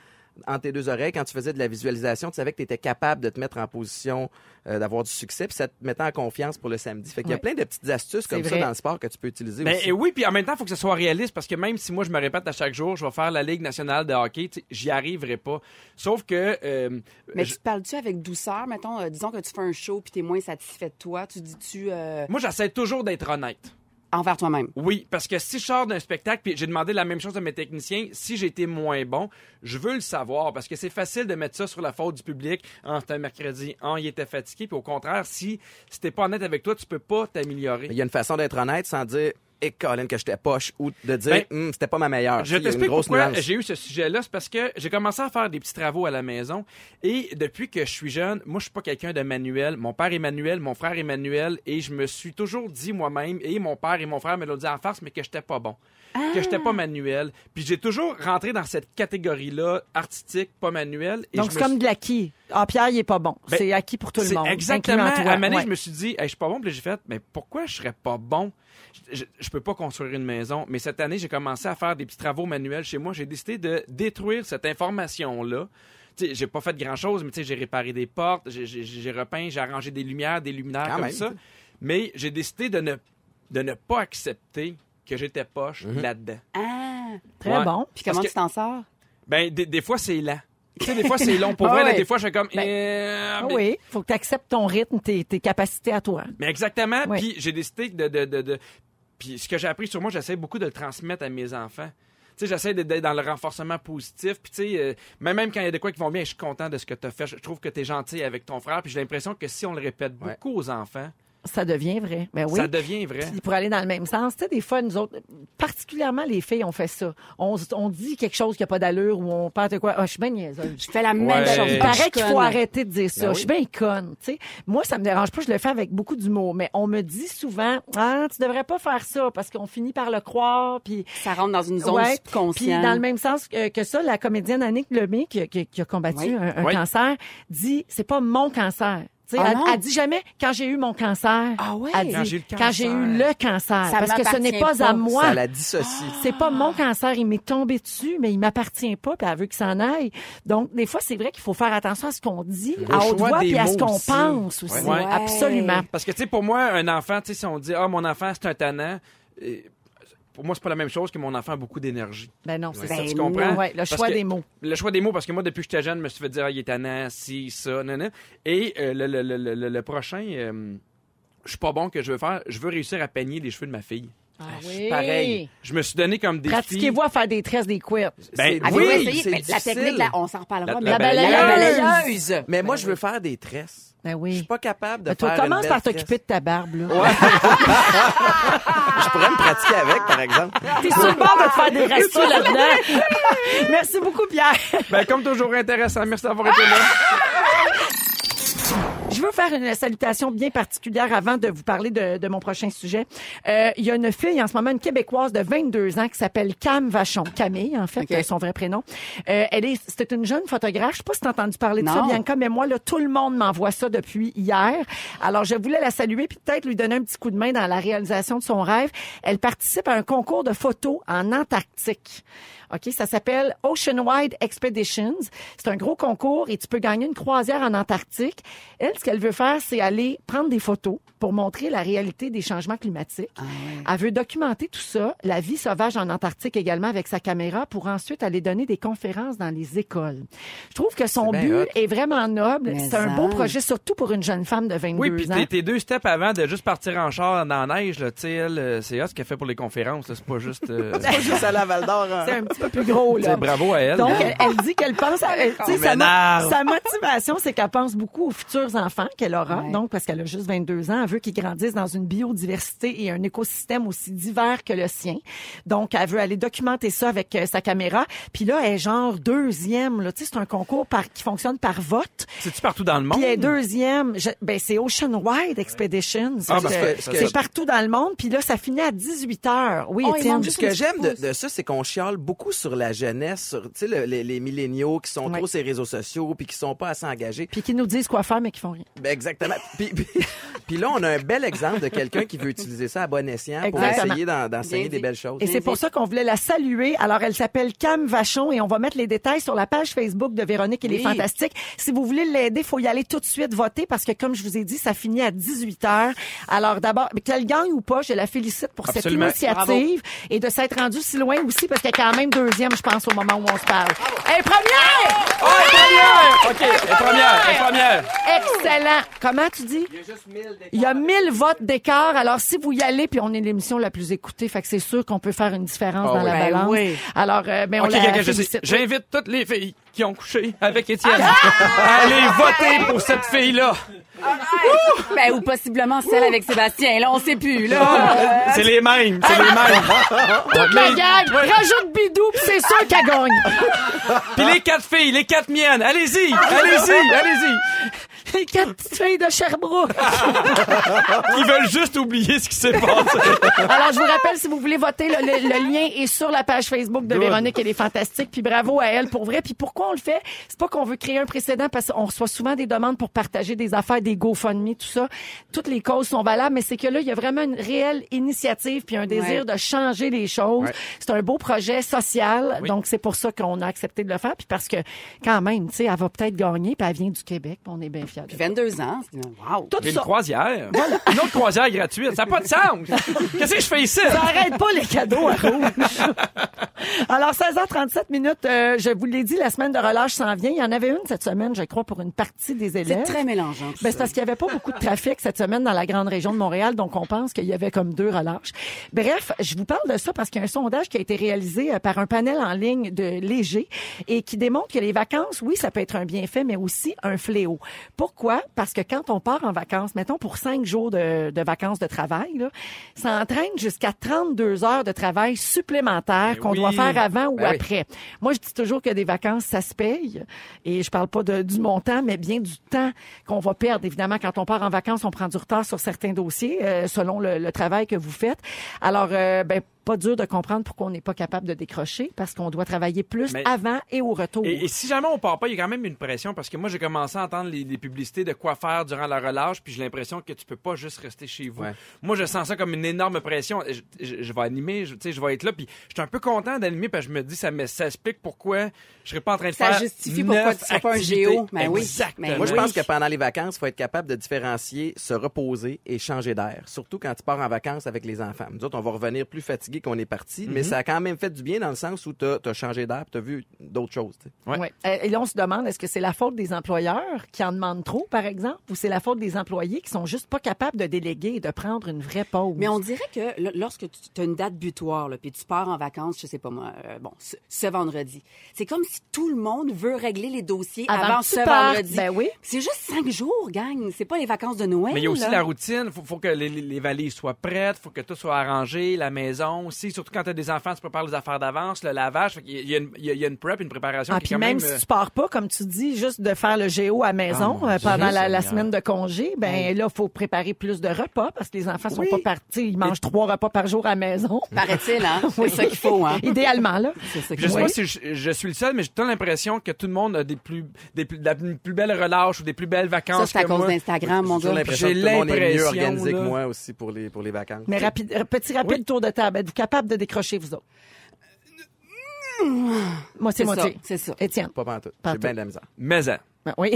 en tes deux oreilles. Quand tu faisais de la visualisation, tu savais que tu étais capable de te mettre en position euh, d'avoir du succès, puis ça te mettait en confiance pour le samedi. Fait qu'il y a Ouais. plein de petites astuces comme vrai. ça dans le sport que tu peux utiliser Ben, aussi. et oui, puis en même temps, il faut que ce soit réaliste parce que même si moi je me répète à chaque jour, je vais faire la Ligue nationale de hockey, tu sais, j'y arriverai pas. Sauf que euh, Mais je- tu parles-tu avec douceur, mettons, euh, disons que tu fais un show puis t'es moins satisfait de toi, tu dis-tu... euh, moi j'essaie toujours d'être honnête. envers toi-même. Oui, parce que si je sors d'un spectacle puis j'ai demandé la même chose à mes techniciens, si j'ai été moins bon, je veux le savoir parce que c'est facile de mettre ça sur la faute du public. En un mercredi, en il était fatigué. Puis au contraire, si c'était pas honnête avec toi, tu peux pas t'améliorer. Il y a une façon d'être honnête sans dire et Colin que j'étais poche ou de dire Ben, Hum, c'était pas ma meilleure. Je Il y a une t'explique grosse pourquoi nuance. j'ai eu ce sujet-là. C'est parce que j'ai commencé à faire des petits travaux à la maison. Et depuis que je suis jeune, moi, je suis pas quelqu'un de manuel. Mon père est manuel, mon frère est manuel. Et je me suis toujours dit moi-même, et mon père et mon frère me l'ont dit en farce, mais que j'étais pas bon. Que Ah! j'étais pas manuel. Puis j'ai toujours rentré dans cette catégorie-là, artistique, pas manuel. Et Donc, je c'est me comme de l'acquis. Ah, Pierre, il est pas bon. Ben, c'est acquis pour tout le c'est monde. Exactement. incluant toi. À un moment donné, Ouais. je me suis dit, Hey, je suis pas bon. Puis là, j'ai fait, mais pourquoi je serais pas bon? Je, je- je peux pas construire une maison. Mais cette année, j'ai commencé à faire des petits travaux manuels chez moi. J'ai décidé de détruire cette information-là. Tu sais, J'ai pas fait grand-chose, mais tu sais, j'ai réparé des portes, j'ai- j'ai j'ai repeint, j'ai arrangé des lumières, des luminaires Quand comme même. ça. Mais j'ai décidé de ne, de ne pas accepter que j'étais poche Mm-hmm. là-dedans. Ah! Très Ouais. bon. Puis comment Parce tu t'en sors? Ben, des, des fois, c'est lent. Tu sais, des fois, c'est long. Pour Ah vrai, là, ouais. des fois, je suis comme... Euh, Ah mais- Oui, faut que tu acceptes ton rythme, tes, tes capacités à toi. Mais exactement. Oui. Puis j'ai décidé de, de, de, de- Puis ce que j'ai appris sur moi, j'essaie beaucoup de le transmettre à mes enfants. Tu sais, j'essaie d'être dans le renforcement positif. Puis tu sais, euh, même, même quand il y a des quoi qui vont bien, je suis content de ce que tu as fait. Je je trouve que tu es gentil avec ton frère. Puis j'ai l'impression que si on le répète Ouais. beaucoup aux enfants, Ça devient vrai. Ben oui. ça devient vrai. Puis pour aller dans le même sens, tu sais, des fois, nous autres, particulièrement les filles, on fait ça. On, s- on dit quelque chose qui n'a pas d'allure ou on pense de quoi. Ah, je suis bien niaiseuse. Je fais la même Ouais. chose. Il Il paraît Euh, Je paraît qu'il faut connais. arrêter de dire ça. Ben Je suis bien conne, tu sais. Moi, ça me dérange pas, je le fais avec beaucoup d'humour, mais on me dit souvent, ah, tu devrais pas faire ça parce qu'on finit par le croire, puis Ça rentre dans une zone Ouais. Puis subconsciente. Ah, dans le même sens que, que ça, la comédienne Annick Lemay, qui, qui- qui a combattu Oui. un, un Oui. cancer, dit c'est pas mon cancer. Tu sais, Ah elle, non? elle dit jamais quand j'ai eu mon cancer. Ah ouais? Elle dit, Quand j'ai eu le quand j'ai eu le cancer. Ça parce que ce n'est pas, m'appartient à pas. moi. Ça la dissocie. C'est pas mon cancer, il m'est tombé dessus, mais il m'appartient pas, puis elle veut que s'en aille. Donc, des fois, c'est vrai qu'il faut faire attention à ce qu'on dit, Au à haute choix voix, des puis à ce mots qu'on aussi. pense aussi. Ouais. Absolument. Parce que, tu sais, pour moi, un enfant, tu sais, si on dit, ah, mon enfant, c'est un tannant, euh, pour moi, c'est pas la même chose que mon enfant a beaucoup d'énergie. Ben non, c'est Ben ça. Tu comprends? non. Ouais, le Parce choix que- des mots. Le choix des mots, parce que moi, depuis que j'étais jeune, je me suis fait dire, ah, il est tannant, si, ça, nanana. Et euh, le, le- le- le- le- le prochain, euh, je suis pas bon que je veux faire, je veux réussir à peigner les cheveux de ma fille. Ah Pareil. Je me suis donné comme défi. Pratiquez-vous à faire des tresses, des quips. Ben, Ah, Avez-vous oui, essayé? c'est Mais la difficile. technique, là, on s'en reparlera. La- mais la balayeuse. balayeuse. Mais moi, je veux faire des tresses. Ben Je Ah, oui. suis pas capable de Mais faire toi, une commence belle par tresse. t'occuper de ta barbe, là. Je pourrais me pratiquer avec, par exemple. T'es sur le bord de te faire des restos là-dedans. Merci beaucoup, Pierre. ben, comme toujours, intéressant. Merci d'avoir été là. Ah! Je veux faire une salutation bien particulière avant de vous parler de, de mon prochain sujet. Euh, Il y a une fille en ce moment, une Québécoise de 22 ans qui s'appelle Cam Vachon. Camille, en fait, Ok. euh, son vrai prénom. Euh, elle est, c'était une jeune photographe. Je sais pas si t'as entendu parler de ça, Non. Bianca, mais moi, là, tout le monde m'envoie ça depuis hier. Alors, je voulais la saluer puis peut-être lui donner un petit coup de main dans la réalisation de son rêve. Elle participe à un concours de photos en Antarctique. OK, ça s'appelle Oceanwide Expeditions. C'est un gros concours et tu peux gagner une croisière en Antarctique. Elle, ce qu'elle veut faire, c'est aller prendre des photos pour montrer la réalité des changements climatiques. Elle veut documenter tout ça, la vie sauvage en Antarctique également avec sa caméra pour ensuite aller donner des conférences dans les écoles. Je trouve que son C'est bien but hot. est vraiment noble. Mais C'est un beau en. projet, surtout pour une jeune femme de 22 Oui, puis ans. t'es- t'es deux steps avant de juste partir en char dans la neige, là, tu sais, elle, euh, c'est elle ce qu'elle fait pour les conférences, là, c'est pas juste... euh, Pas juste à la Val d'Or. hein. C'est un petit peu plus gros, tu sais, là. bravo à elle. Ben hein. Donc, là. elle, elle dit qu'elle pense à. elle- tu sais, sa, mo- m'énerve. sa motivation, c'est qu'elle pense beaucoup aux futurs enfants qu'elle aura. Donc, parce qu'elle a juste 22 ans, elle veut qu'ils grandissent dans une biodiversité et un écosystème aussi divers que le sien. Donc, elle veut aller documenter ça avec euh, sa caméra. Puis là, elle est genre deuxième. Là. Tu sais, c'est un concours par, qui fonctionne par vote. C'est-tu partout dans le monde? Puis elle est deuxième. Je- ben, c'est Oceanwide Expeditions. Ah, Fait que ben, ce que- ce que- c'est partout dans le monde. Puis là, ça finit à 18 heures. Oui, Oh, ils Étienne. mangent Ce juste que une j'aime de, petite de ça, c'est qu'on chiale beaucoup sur la jeunesse, sur tu sais, le- les, les milléniaux qui sont Ouais. trop sur les réseaux sociaux puis qui sont pas assez engagés. Puis qui nous disent quoi faire, mais qui font rien. Ben, exactement. Puis, puis- puis là, on a un bel exemple de quelqu'un qui veut utiliser ça à bon escient pour Exactement. essayer d'en- d'enseigner Bien des dit. belles choses. Et c'est pour ça qu'on voulait la saluer. Alors, elle s'appelle Cam Vachon et on va mettre les détails sur la page Facebook de Véronique et les Oui. Fantastiques. Si vous voulez l'aider, faut y aller tout de suite voter parce que, comme je vous ai dit, ça finit à 18 h Alors, d'abord, mais qu'elle gagne ou pas, je la félicite pour Absolument. cette initiative et de s'être rendue si loin aussi parce qu'elle est quand même deuxième, je pense, au moment où on se parle. Et première! Oh, elle est première! OK, elle est première, elle est première. Excellent! Comment tu dis? Il y a juste 1000 Il y a 1000 votes d'écart. Alors, si vous y allez, puis on est l'émission la plus écoutée, fait que c'est sûr qu'on peut faire une différence Ah dans la oui. balance. Ben oui. Alors, euh, ben, on Ok, la ok, ok, je sais. félicite. J'invite toutes les filles qui ont couché avec Étienne Ah! à aller voter pour cette fille-là. Ben, ou possiblement celle avec Sébastien. Là, on sait plus, là. C'est les mêmes, c'est les mêmes. Toute la gang, rajoute Bidou, puis c'est sûr qu'elle gagne. Puis les quatre filles, les quatre miennes, allez-y, allez-y, allez-y. Les quatre petites filles de Sherbrooke. Ils veulent juste oublier ce qui s'est passé. Alors, je vous rappelle, si vous voulez voter, le, le- le lien est sur la page Facebook de Véronique. Elle est fantastique. Puis bravo à elle pour vrai. Puis pourquoi on le fait? C'est pas qu'on veut créer un précédent parce qu'on reçoit souvent des demandes pour partager des affaires, des GoFundMe, tout ça. Toutes les causes sont valables, mais c'est que là, il y a vraiment une réelle initiative puis un désir de changer les choses. C'est un beau projet social. Donc, c'est pour ça qu'on a accepté de le faire. Puis parce que, quand même, tu sais, elle va peut-être gagner puis elle vient du Québec. puis on est bien fiers. de Puis ça. 22 ans. c'est- Wow. Tout Une ça. croisière. Une autre croisière gratuite. Ça n'a pas de sens. Qu'est-ce que je fais ici? T'arrêtes pas les cadeaux à rouge. Alors, 16h37 minutes, euh, je vous l'ai dit, la semaine de relâche s'en vient. Il y en avait une cette semaine, je crois, pour une partie des C'est élèves. très mélangeant. tout ça. Ben, c'est parce qu'il n'y avait pas beaucoup de trafic cette semaine dans la grande région de Montréal, donc on pense qu'il y avait comme deux relâches. Bref, je vous parle de ça parce qu'il y a un sondage qui a été réalisé euh, par un panel en ligne de Léger et qui démontre que les vacances, oui, ça peut être un bienfait, mais aussi un fléau. Pourquoi? Parce que quand on part en vacances, mettons pour cinq jours de, de vacances de travail, là, ça entraîne jusqu'à 32 heures de travail supplémentaires qu'on oui. doit faire avant ou Ben oui. après après. Moi, je dis toujours que des vacances, ça se paye. Et je parle pas de- du montant, mais bien du temps qu'on va perdre. Évidemment, quand on part en vacances, on prend du retard sur certains dossiers, euh, selon le, le travail que vous faites. Alors, euh, ben, pas dur de comprendre pourquoi on n'est pas capable de décrocher, parce qu'on doit travailler plus Mais- avant et au retour. Et, et si jamais on part pas, il y a quand même une pression parce que moi j'ai commencé à entendre les, les publicités de quoi faire durant la relâche, puis j'ai l'impression que tu peux pas juste rester chez vous. Ouais. Moi je sens ça comme une énorme pression. Je, je- je vais animer, je, tu sais, je vais être là, puis je suis un peu content d'animer parce que je me dis ça, me, ça explique pourquoi je serais pas en train de Ça faire. justifie pourquoi neuf tu seras pas un activités. géo. Ben oui. Exactement. Ben Moi, je oui. pense que pendant les vacances, il faut être capable de différencier, se reposer et changer d'air. Surtout quand tu pars en vacances avec les enfants. Nous autres, on va revenir plus fatigué qu'on est parti, mais ça a quand même fait du bien dans le sens où tu as, changé d'air tu as vu d'autres choses. tu sais. Ouais. Ouais. Euh, Et là, on se demande, est-ce que c'est la faute des employeurs qui en demandent trop, par exemple, ou c'est la faute des employés qui sont juste pas capables de déléguer et de prendre une vraie pause? Mais on dirait que l- lorsque tu as une date butoir, là, puis tu pars en vacances, je sais pas moi, euh, bon, ce, ce vendredi, c'est comme si tout le monde veut régler les dossiers Avant avant, que tu ce partes, vendredi. ben oui. C'est juste cinq jours, gang. C'est pas les vacances de Noël. Mais il y a aussi là. la routine, faut, faut que les, les- les valises soient prêtes, faut que tout soit arrangé, la maison aussi, surtout quand tu as des enfants, tu prépares les affaires d'avance, le lavage, Fait qu'il y a- il y, a une- il y a- il y a une prep, une préparation Ah, qui est puis quand même, même, si euh, tu pars pas, comme tu dis, juste de faire le géo à maison mon euh, Dieu, pendant la, Seigneur. la semaine de congé, ben là, faut préparer plus de repas parce que les enfants sont pas partis. Ils mangent trois repas par jour à maison. Paraît-il, hein? C'est ça qu'il faut, hein? Idéalement, là. C'est ça Je qu'il sais faut. pas si je, je suis le seul, mais j'ai tant l'impression que tout le monde a des plus, des plus, la plus belle relâche ou des plus belles Ça, vacances. c'est à que cause moi. d'Instagram, mon J'ai toujours gars. l'impression que J'ai tout le monde est mieux l'impression, organisé là. que moi aussi pour les, pour les vacances. Mais rapide, euh, petit rapide Oui. tour de table. Êtes-vous capable de décrocher, vous autres? Moi, C'est c'est ça, moitié. c'est ça. Étienne. Pas pantoute. Pas en J'ai tout. bien de la misère. Mais, en- Ben Oui.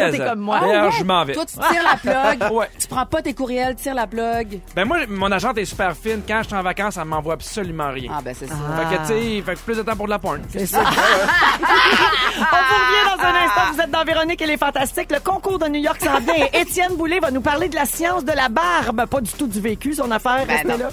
Toi, t'es en. comme moi. D'ailleurs, je Ah, m'en vais. Toi, tu tires la plug. Ouais. Tu prends pas tes courriels, tires la plug. Ben, moi, mon agente est super fine. Quand je suis en vacances, elle m'envoie absolument rien. Ah, ben, c'est ça. Fait que, tu sais, fait que plus de temps pour de la porn. On Ah, vous revient dans un instant. Vous êtes dans Véronique et les Fantastiques. Le concours de New York s'en vient. Et Étienne Boulay va nous parler de la science de la barbe. Pas du tout du vécu, son affaire. Ben Restez non. là.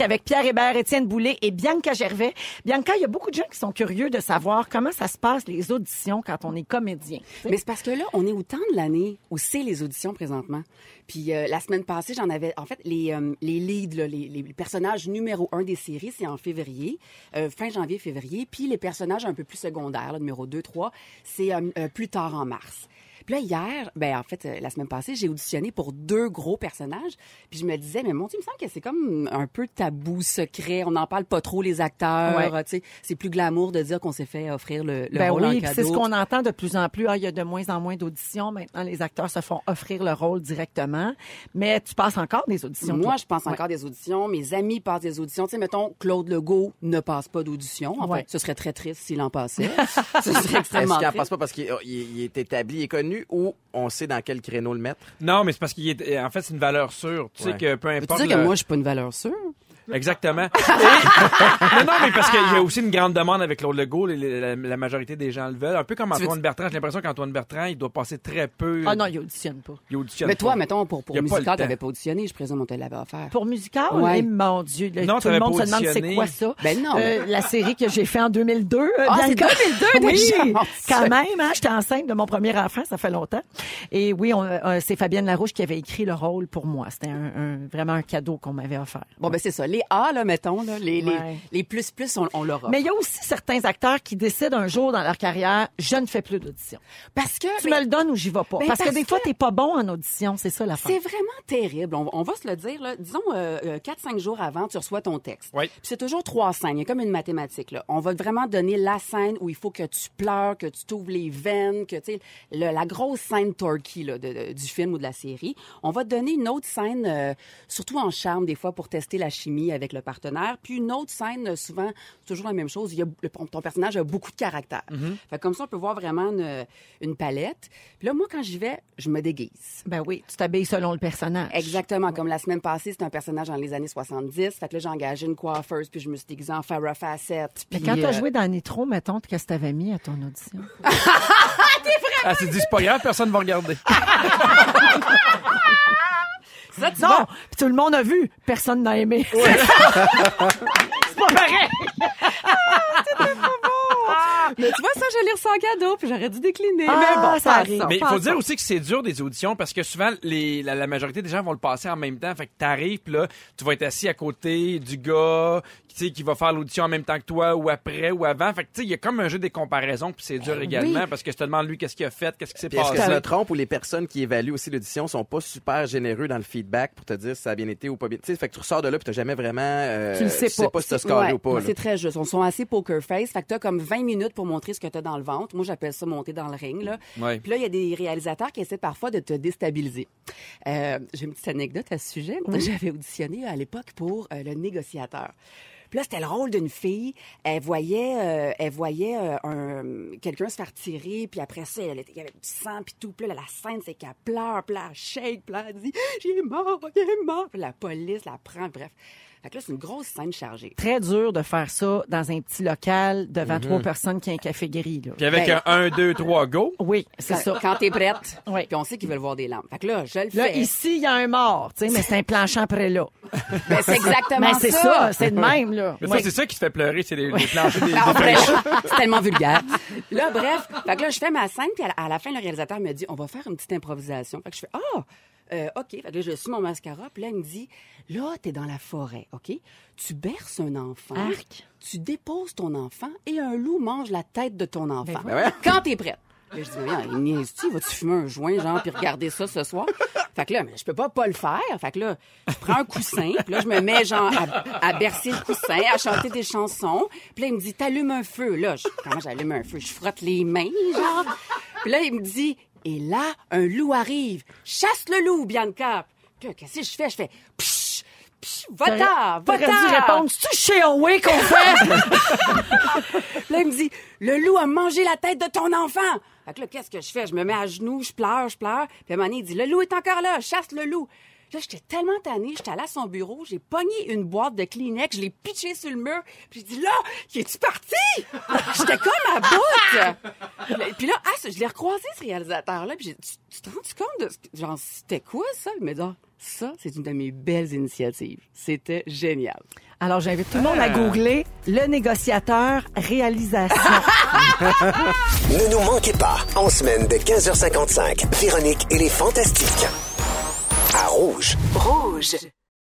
Avec Pierre Hébert, Étienne Boulay et Bianca Gervais. Bianca, il y a beaucoup de gens qui sont curieux de savoir comment ça se passe les auditions quand on est comédien. Tu sais, Mais c'est parce que là, on est au temps de l'année où c'est les auditions présentement. Puis euh, la semaine passée, j'en avais. En fait, les, euh, les leads, là, les, les personnages numéro un des séries, c'est en février, euh, fin janvier, février. Puis les personnages un peu plus secondaires, là, numéro 2, 3, c'est euh, euh, plus tard en mars. Puis là, hier, ben en fait, euh, la semaine passée, j'ai auditionné pour deux gros personnages. Puis je me disais, mais mon Dieu, il me semble que c'est comme un peu tabou, secret. On n'en parle pas trop, les acteurs. Ouais. euh, tu sais, c'est plus glamour de dire qu'on s'est fait offrir le, le ben rôle oui, en puis cadeau. c'est ce qu'on entend de plus en plus. Ah, il y a de moins en moins d'auditions. Maintenant, les acteurs se font offrir le rôle directement. Mais tu passes encore des auditions. Moi, toi. je passe encore des auditions. Mes amis passent des auditions. Tu sais, mettons, Claude Legault ne passe pas d'audition. Enfin, Ouais. ce serait très triste s'il en passait. ce serait extrêmement Est-ce qu'il en triste. passe pas parce qu'il il- il est établi, il est connu ou on sait dans quel créneau le mettre? Non, mais c'est parce qu'il est, en fait, c'est une valeur sûre. Tu sais Ouais. que peu importe. Veux-tu dire que le- moi, je suis pas une valeur sûre? Exactement. Et- Non, non, mais parce qu'il y a aussi une grande demande avec Claude Legault. les- les- La, la majorité des gens le veulent. Un peu comme Antoine Bertrand. J'ai l'impression qu'Antoine Bertrand, il doit passer très peu. Ah non, il auditionne pas. il auditionne Mais toi, pas. mettons, pour, pour Y a pas le Musical, temps. t'avais pas auditionné, je présume, on te l'avait offert. Pour musical, Ouais. eh, mon Dieu, là, Non, tout le t'avais monde se pas demande c'est auditionné. quoi ça. Ben non. Euh, la série que j'ai fait en 2002. euh, Ah, dans c'est le cas- 2002 déjà, Oui, mon quand Dieu. même. Hein, J'étais enceinte de mon premier enfant, ça fait longtemps. Et oui, on- euh, c'est Fabienne Larouche qui avait écrit le rôle pour moi. C'était un, un- vraiment un cadeau qu'on m'avait offert. Bon, ben c'est ça. Les A, là, mettons, là, les, les- Ouais. les, plus-plus, on, on l'aura. Mais il y a aussi certains acteurs qui décident un jour dans leur carrière, je ne fais plus d'audition. parce que... Tu mais- me le donnes ou j'y vais pas. Ben, parce, que parce des fois, que- t'es pas bon en audition, c'est ça la fin. C'est vraiment terrible. On, on va se le dire. Là. Disons, euh, euh, 4-5 jours avant, tu reçois ton texte. Oui. Puis c'est toujours trois scènes. Il y a comme une mathématique. Là. On va vraiment donner la scène où il faut que tu pleures, que tu t'ouvres les veines, que tu sais, le- la grosse scène turkey là, de- de- du film ou de la série. On va te donner une autre scène, euh, surtout en charme des fois, pour tester la chimie avec le partenaire. Puis une autre scène, euh, souvent, c'est toujours la même chose. Il y a, le- ton personnage a beaucoup de caractère. Mm-hmm. Fait que comme ça, on peut voir vraiment une, une palette. Puis là, moi, quand j'y vais, je me déguise. Ben oui, tu t'habilles selon le personnage. Exactement. Comme la semaine passée, c'était un personnage dans les années 70. Fait que là, j'ai engagé une coiffeuse, puis je me suis déguisée en Farrah Fawcett. Mais Puis, quand t'as euh, joué dans Nitro, mettons, qu'est-ce que t'avais mis à ton audition? Elle s'est dit, c'est pas grave, personne va regarder. Ça, tu Non, vois, puis tout le monde a vu, personne n'a aimé. C'est pas pareil. mais tu vois, ça, je l'ai reçu en cadeau, puis j'aurais dû décliner. Ah, mais bon, ça arrive. passons. Mais il faut Passons. dire aussi que c'est dur des auditions parce que souvent, les, la, la majorité des gens vont le passer en même temps. Fait que t'arrives, puis là, tu vas être assis à côté du gars qui, tu sais, qui va faire l'audition en même temps que toi ou après ou avant. Fait que tu sais, il y a comme un jeu des comparaisons, puis c'est dur également parce que je te demande lui qu'est-ce qu'il a fait, qu'est-ce qui s'est Puis Ah, est-ce que je passé. me trompe ou les personnes qui évaluent aussi l'audition sont pas super généreux dans le feedback pour te dire si ça a bien été ou pas bien. Tu sais, fait que tu ressors de là puis t'as jamais vraiment. euh, Tu le sais pas. sais pas si t'as scoré Ouais, ben, ou pas. là. C'est très juste. On sont assez poker face. Fait que t'as comme 20 minutes pour montrer ce que t'as dans le ventre. Moi, j'appelle ça monter dans le ring. Là. Ouais. Puis là, il y a des réalisateurs qui essaient parfois de te déstabiliser. Euh, J'ai une petite anecdote à ce sujet. J'avais auditionné à l'époque pour euh, le négociateur. Puis là, c'était le rôle d'une fille. Elle voyait, euh, elle voyait euh, un- quelqu'un se faire tirer, puis après ça, elle était- il y avait du sang, puis tout. Puis là, la scène, c'est qu'elle pleure, puis là, elle shake, puis là, elle dit « Il est mort, il est mort! » Puis la police la prend, bref. Fait que là, c'est une grosse scène chargée. Très dur de faire ça dans un petit local devant trois personnes qui ont un café gris. Là. Mm-hmm. Puis avec Ben- un 1, 2, 3, go. Oui, c'est Quand- ça. Quand t'es prête. Oui. Puis on sait qu'ils veulent voir des lampes. Fait que là, je le Là, fais. ici, il y a un mort, tu sais, mais c'est un planchant près là. Ben, c'est exactement Mais c'est ça, c'est de même, là. Mais Oui. toi, c'est ça qui te fait pleurer, c'est les, les planchers des, des Non, pêcheurs. bref, Ah, c'est tellement vulgaire. Là, bref, fait que là, je fais ma scène, puis à la, à la fin, le réalisateur me dit, on va faire une petite improvisation. Fait que je fais, ah, euh, OK. Fait que là, je suis mon mascara, puis là, il me dit, là, t'es dans la forêt, OK? Tu berces un enfant. Arc. Tu déposes ton enfant et un loup mange la tête de ton enfant. Ben Quand t'es prête. Là, je dis, voyons, il niaise-tu? Vas-tu fumer un joint, genre, puis regarder ça ce soir? Fait que là, mais je peux pas pas le faire. Fait que là, je prends un coussin, puis là, je me mets, genre, à, à bercer le coussin, à chanter des chansons. Puis là, il me dit, t'allumes un feu. Là, je, comment j'allume un feu? Je frotte les mains, genre. Puis là, il me dit, et là, un loup arrive. Chasse le loup, Bianca. Puis là, qu'est-ce que je fais? Je fais, psh, psh, va-t'en, T'aurais dû va-t'en. répondre, c'est-tu chez Huawei qu'on fait? Là, il me dit, le loup a mangé la tête de ton enfant. Fait que là, qu'est-ce que je fais? Je me mets à genoux, je pleure, je pleure. Puis à un moment donné, il dit, le loup est encore là, chasse le loup. Là, j'étais tellement tannée, j'étais allée à son bureau, j'ai pogné une boîte de Kleenex, je l'ai pitchée sur le mur, puis j'ai dit, là, es-tu parti? j'étais comme à bout. Là, puis là, ah, ce- je l'ai recroisé, ce réalisateur-là, puis j'ai dit, tu, tu te rends compte de ce que- genre, c'était quoi ça? Il m'a dit, Ah, ça, c'est une de mes belles initiatives. C'était génial. Alors, j'invite tout le Ah. monde à googler le négociateur réalisation. Ne nous manquez pas, en semaine de 15h55, Véronique et les Fantastiques. À Rouge. Rouge.